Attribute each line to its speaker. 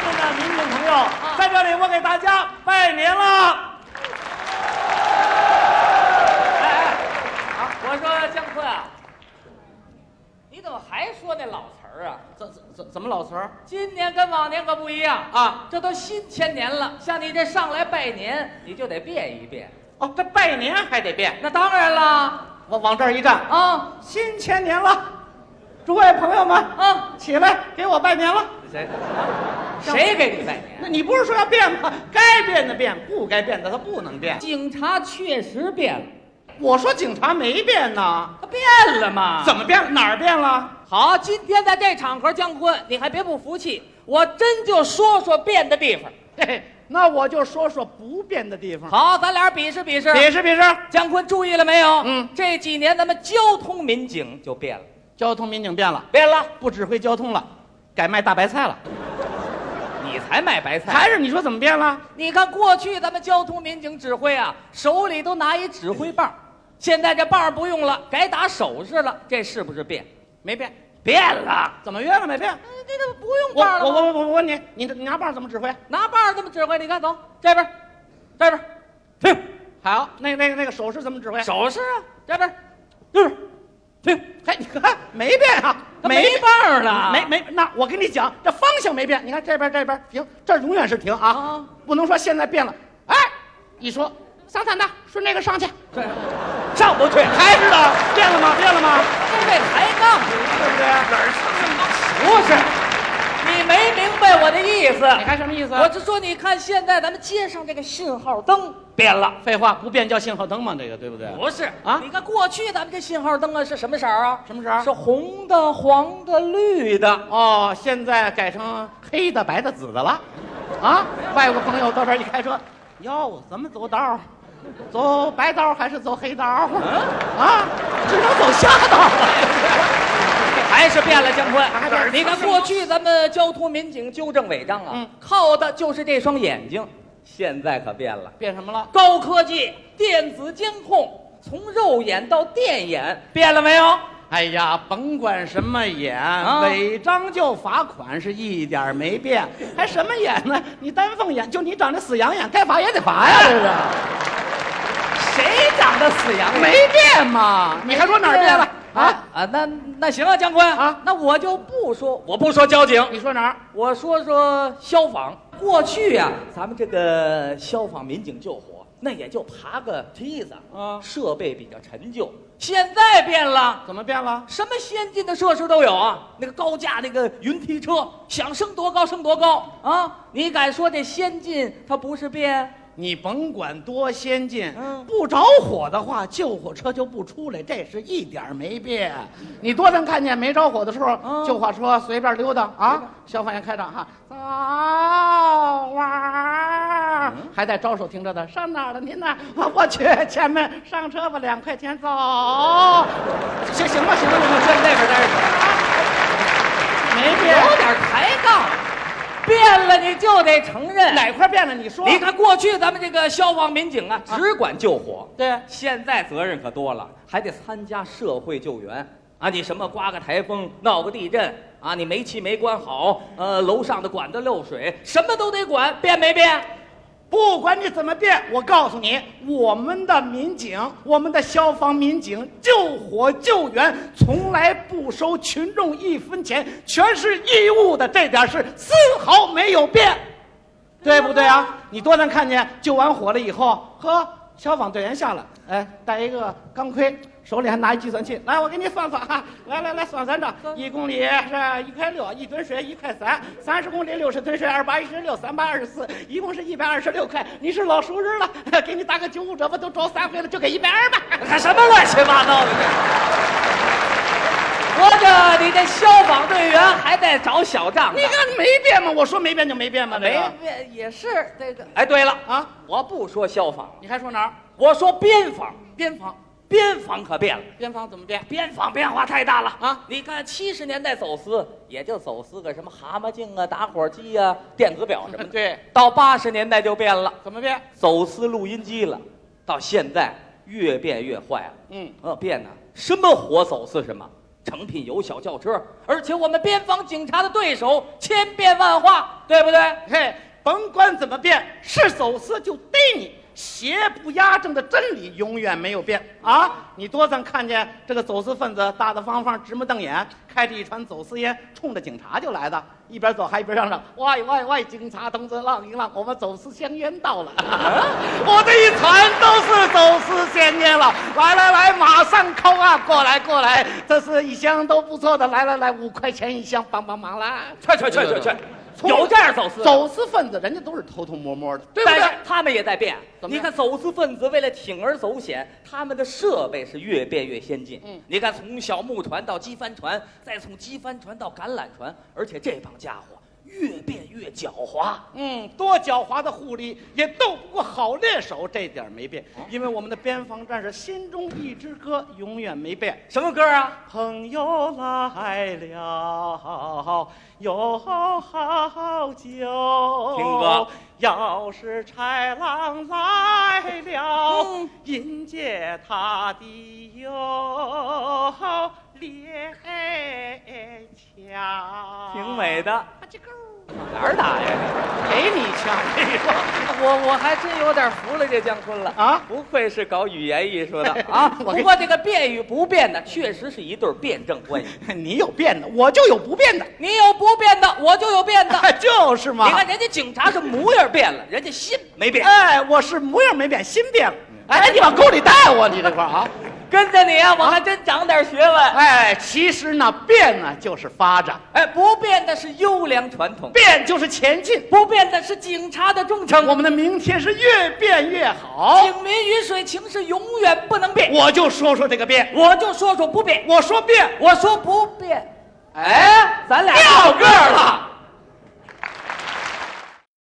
Speaker 1: 友，在这里我给大家拜年了。
Speaker 2: 哎哎，啊，我说姜昆啊，你怎么还说那老词儿啊？
Speaker 1: 怎怎怎怎么老词儿
Speaker 2: 今年跟往年可不一样啊，
Speaker 1: 啊？
Speaker 2: 这都新千年了，像你这上来拜年，你就得变一变。
Speaker 1: 哦，这拜年还得变，
Speaker 2: 那当然啦，
Speaker 1: 往往这儿一站，
Speaker 2: 啊
Speaker 1: 新千年了，诸位朋友们，
Speaker 2: 啊，
Speaker 1: 起来给我拜年了。
Speaker 2: 谁谁给你拜年？
Speaker 1: 那你不是说要变吗？该变的变，不该变的他不能变。
Speaker 2: 警察确实变了，
Speaker 1: 我说警察没变呢，
Speaker 2: 他变了嘛？
Speaker 1: 怎么变了？哪儿变了？
Speaker 2: 好，今天在这场合，姜昆，你还别不服气，我真就说说变的地方。
Speaker 1: 嘿嘿，那我就说说不变的地方。
Speaker 2: 好，咱俩比试比试。
Speaker 1: 比试比试，
Speaker 2: 姜昆注意了没有？
Speaker 1: 嗯
Speaker 2: 这几年咱们交通民警就变了，
Speaker 1: 交通民警变了，
Speaker 2: 变了，
Speaker 1: 不指挥交通了，改卖大白菜了。
Speaker 2: 你才卖白菜。
Speaker 1: 还是你说怎么变了？
Speaker 2: 你看过去咱们交通民警指挥啊，手里都拿一指挥棒，现在这棒不用了，改打手势了，这是不是变？
Speaker 1: 没变，
Speaker 2: 变了，
Speaker 1: 怎么变了？没变。
Speaker 2: 嗯这怎么不用
Speaker 1: 我
Speaker 2: 棒了
Speaker 1: 我
Speaker 2: 吗？
Speaker 1: 我我我问你，你你拿棒怎么指挥？
Speaker 2: 拿棒这么指挥，你看走这边，这边，停。
Speaker 1: 好，那那个那个手势怎么指挥？
Speaker 2: 手势啊，这边，这边，停，
Speaker 1: 嘿，你看没变啊，
Speaker 2: 他没
Speaker 1: 变。
Speaker 2: 棒了，
Speaker 1: 没没，那我跟你讲，这方向没变。你看这边这边停，这儿永远是停啊，
Speaker 2: 啊
Speaker 1: 不能说现在变了。哎，一说桑塔纳顺那个上去，
Speaker 2: 这上不去，
Speaker 1: 还知道变了吗？变了吗？
Speaker 2: 这位抬杠，
Speaker 1: 对不对？哪儿
Speaker 2: 不是，你没明白我的
Speaker 1: 你
Speaker 2: 意思。
Speaker 1: 看什么意思？啊
Speaker 2: 我是说，你看现在咱们街上这个信号灯变了，
Speaker 1: 废话，不变叫信号灯嘛，这个对不对？
Speaker 2: 不是
Speaker 1: 啊
Speaker 2: 你看过去咱们这信号灯啊是什么色儿啊？
Speaker 1: 什么色儿
Speaker 2: 是红的、黄的、绿的。
Speaker 1: 哦，现在改成黑的、白的、紫的了，啊！外国朋友到这儿一开车，哟，咱们走道儿，走白道儿还是走黑道儿？啊，只能走瞎道儿了。
Speaker 2: 还是变了，姜昆
Speaker 1: 还变了。
Speaker 2: 你看过去咱们交通民警纠正违章啊，
Speaker 1: 嗯
Speaker 2: 靠的就是这双眼睛，现在可变了，
Speaker 1: 变什么了？
Speaker 2: 高科技、电子监控，从肉眼到电眼，变了没有？
Speaker 1: 哎呀，甭管什么眼，违章就罚款，是一点儿没变。还什么眼呢？你丹凤眼，就你长这死羊眼，该罚也得罚呀，这是
Speaker 2: 谁长得死羊
Speaker 1: 没变嘛？你还说哪儿变了啊？
Speaker 2: 啊，那那行啊，姜昆
Speaker 1: 啊
Speaker 2: 那我就不说，我不说交警，
Speaker 1: 你说哪儿？
Speaker 2: 我说说消防。过去呀、咱们这个消防民警救火，那也就爬个梯子
Speaker 1: 啊
Speaker 2: 设备比较陈旧。现在变了，
Speaker 1: 怎么变了？
Speaker 2: 什么先进的设施都有啊，那个高架那个云梯车，想升多高升多高啊！你敢说这先进它不是变？
Speaker 1: 你甭管多先进，
Speaker 2: 嗯
Speaker 1: 不着火的话，救火车就不出来，这是一点儿没变。你多能看见没着火的时候，
Speaker 2: 嗯
Speaker 1: 救火车随便溜达啊，消防员开场哈，走啊，
Speaker 2: 嗯
Speaker 1: 还在招手停着的，上哪儿了您呢？我我去，前面上车吧，两块钱走。行行吧，行了，行了，在那边待着，没
Speaker 2: 有
Speaker 1: 变，
Speaker 2: 点抬杠，变了你就得承认。
Speaker 1: 哪块变了？你说，
Speaker 2: 你看过去咱们这个消防民警啊，
Speaker 1: 啊
Speaker 2: 只管救火，
Speaker 1: 对，啊
Speaker 2: 现在责任可多了，还得参加社会救援啊！你什么刮个台风、闹个地震啊，你煤气没关好，呃，楼上的管子漏水，什么都得管，变没变？
Speaker 1: 不管你怎么变，我告诉你，我们的民警，我们的消防民警救火救援从来不收群众一分钱，全是义务的，这点事丝毫没有变，对不对啊？你多能看见救完火了以后，呵，消防队员下来，哎，戴一个钢盔。手里还拿一计算器，来，我给你算算哈，来来来，算算账，一公里是一块六，一吨水一块三，三十公里六十吨水，二八一十六，三八二十四，一共是一百二十六块。你是老熟人了， 给你打个九五折吧，都找三回了，就给一百二吧。
Speaker 2: 还什么乱七八糟的这？合着你这消防队员还在找小账呢
Speaker 1: 你？看没变吗？我说没变就啊没变吗？这个
Speaker 2: 没变也是这个。哎，对了
Speaker 1: 啊，
Speaker 2: 我不说消防，
Speaker 1: 你还说哪儿？
Speaker 2: 我说边防，
Speaker 1: 边防，
Speaker 2: 边防可变了。
Speaker 1: 边防怎么变？
Speaker 2: 边防变化太大了
Speaker 1: 啊！
Speaker 2: 你看七十年代走私，也就走私个什么蛤蟆镜啊、打火机啊、电子表 什么的。
Speaker 1: 对，
Speaker 2: 到八十年代就变了，
Speaker 1: 怎么变？
Speaker 2: 走私录音机了。到现在越变越坏了。
Speaker 1: 嗯，
Speaker 2: 呃，变呢，什么活走私什么，成品油、小轿车，而且我们边防警察的对手千变万化，对不对？
Speaker 1: 哎嘿，甭管怎么变，是走私就逮你。邪不压正的真理永远没有变啊！你多咱看见这个走私分子大大方方、直目瞪眼，开着一船走私烟，冲着警察就来的，一边走还一边嚷嚷：“喂喂喂，警察同志，让一让，我们走私香烟到了！”
Speaker 2: 啊
Speaker 1: 我这一船都是走私香烟了，来来来，马上扣啊！过来过来，这是一箱都不错的，来来来，五块钱一箱，帮帮忙啦！
Speaker 2: 去去去去去，有这样走私的。
Speaker 1: 走私分子人家都是偷偷摸摸的，
Speaker 2: 啊对不对
Speaker 1: 但是？
Speaker 2: 他们也在变。
Speaker 1: 怎么
Speaker 2: 你
Speaker 1: 样
Speaker 2: 看，走私分子为了铤而走险，他们的设备是越变越先进。
Speaker 1: 嗯
Speaker 2: 你看，从小木船到机帆船，再从机帆船到橄榄船，而且这帮家伙越变越狡猾。
Speaker 1: 嗯，多狡猾的护理也斗不过好猎手，这点儿没变。
Speaker 2: 哦
Speaker 1: 因为我们的边防战士心中一支歌永远没变。
Speaker 2: 什么歌啊？
Speaker 1: 朋友来了，有好酒。
Speaker 2: 听歌。
Speaker 1: 要是豺狼来了，
Speaker 2: 嗯
Speaker 1: 迎接他的有猎枪。
Speaker 2: 挺美的，
Speaker 1: 啊，这个
Speaker 2: 哪儿打呀？
Speaker 1: 给你枪，这个。
Speaker 2: 我我还真有点服了这姜昆了
Speaker 1: 啊
Speaker 2: 不愧是搞语言艺 术的啊！
Speaker 1: 我
Speaker 2: 不
Speaker 1: 跟
Speaker 2: 过这个变与不变的，确实是一对儿辩证关系。
Speaker 1: 你有变的，我就有不变 的，
Speaker 2: 你有不变的，我就有变的。
Speaker 1: 就是嘛。
Speaker 2: 你看人家警察是模样变了，人家心没变。
Speaker 1: 哎，我是模样没变，心变了。哎，你往沟里带我，你这块儿 啊。
Speaker 2: 跟着你啊，我还真长点学问。
Speaker 1: 哎，其实呢，变呢就是发展，
Speaker 2: 哎，不变的是优良传统，
Speaker 1: 变就是前进。
Speaker 2: 不变的是警察的忠诚。
Speaker 1: 我们的明天是越变越好。
Speaker 2: 警民鱼水情是永远不能变。
Speaker 1: 我就说说这个变，
Speaker 2: 我就说说不变，
Speaker 1: 我说变，
Speaker 2: 我说不变。
Speaker 1: 哎，
Speaker 2: 咱俩
Speaker 1: 掉个儿了。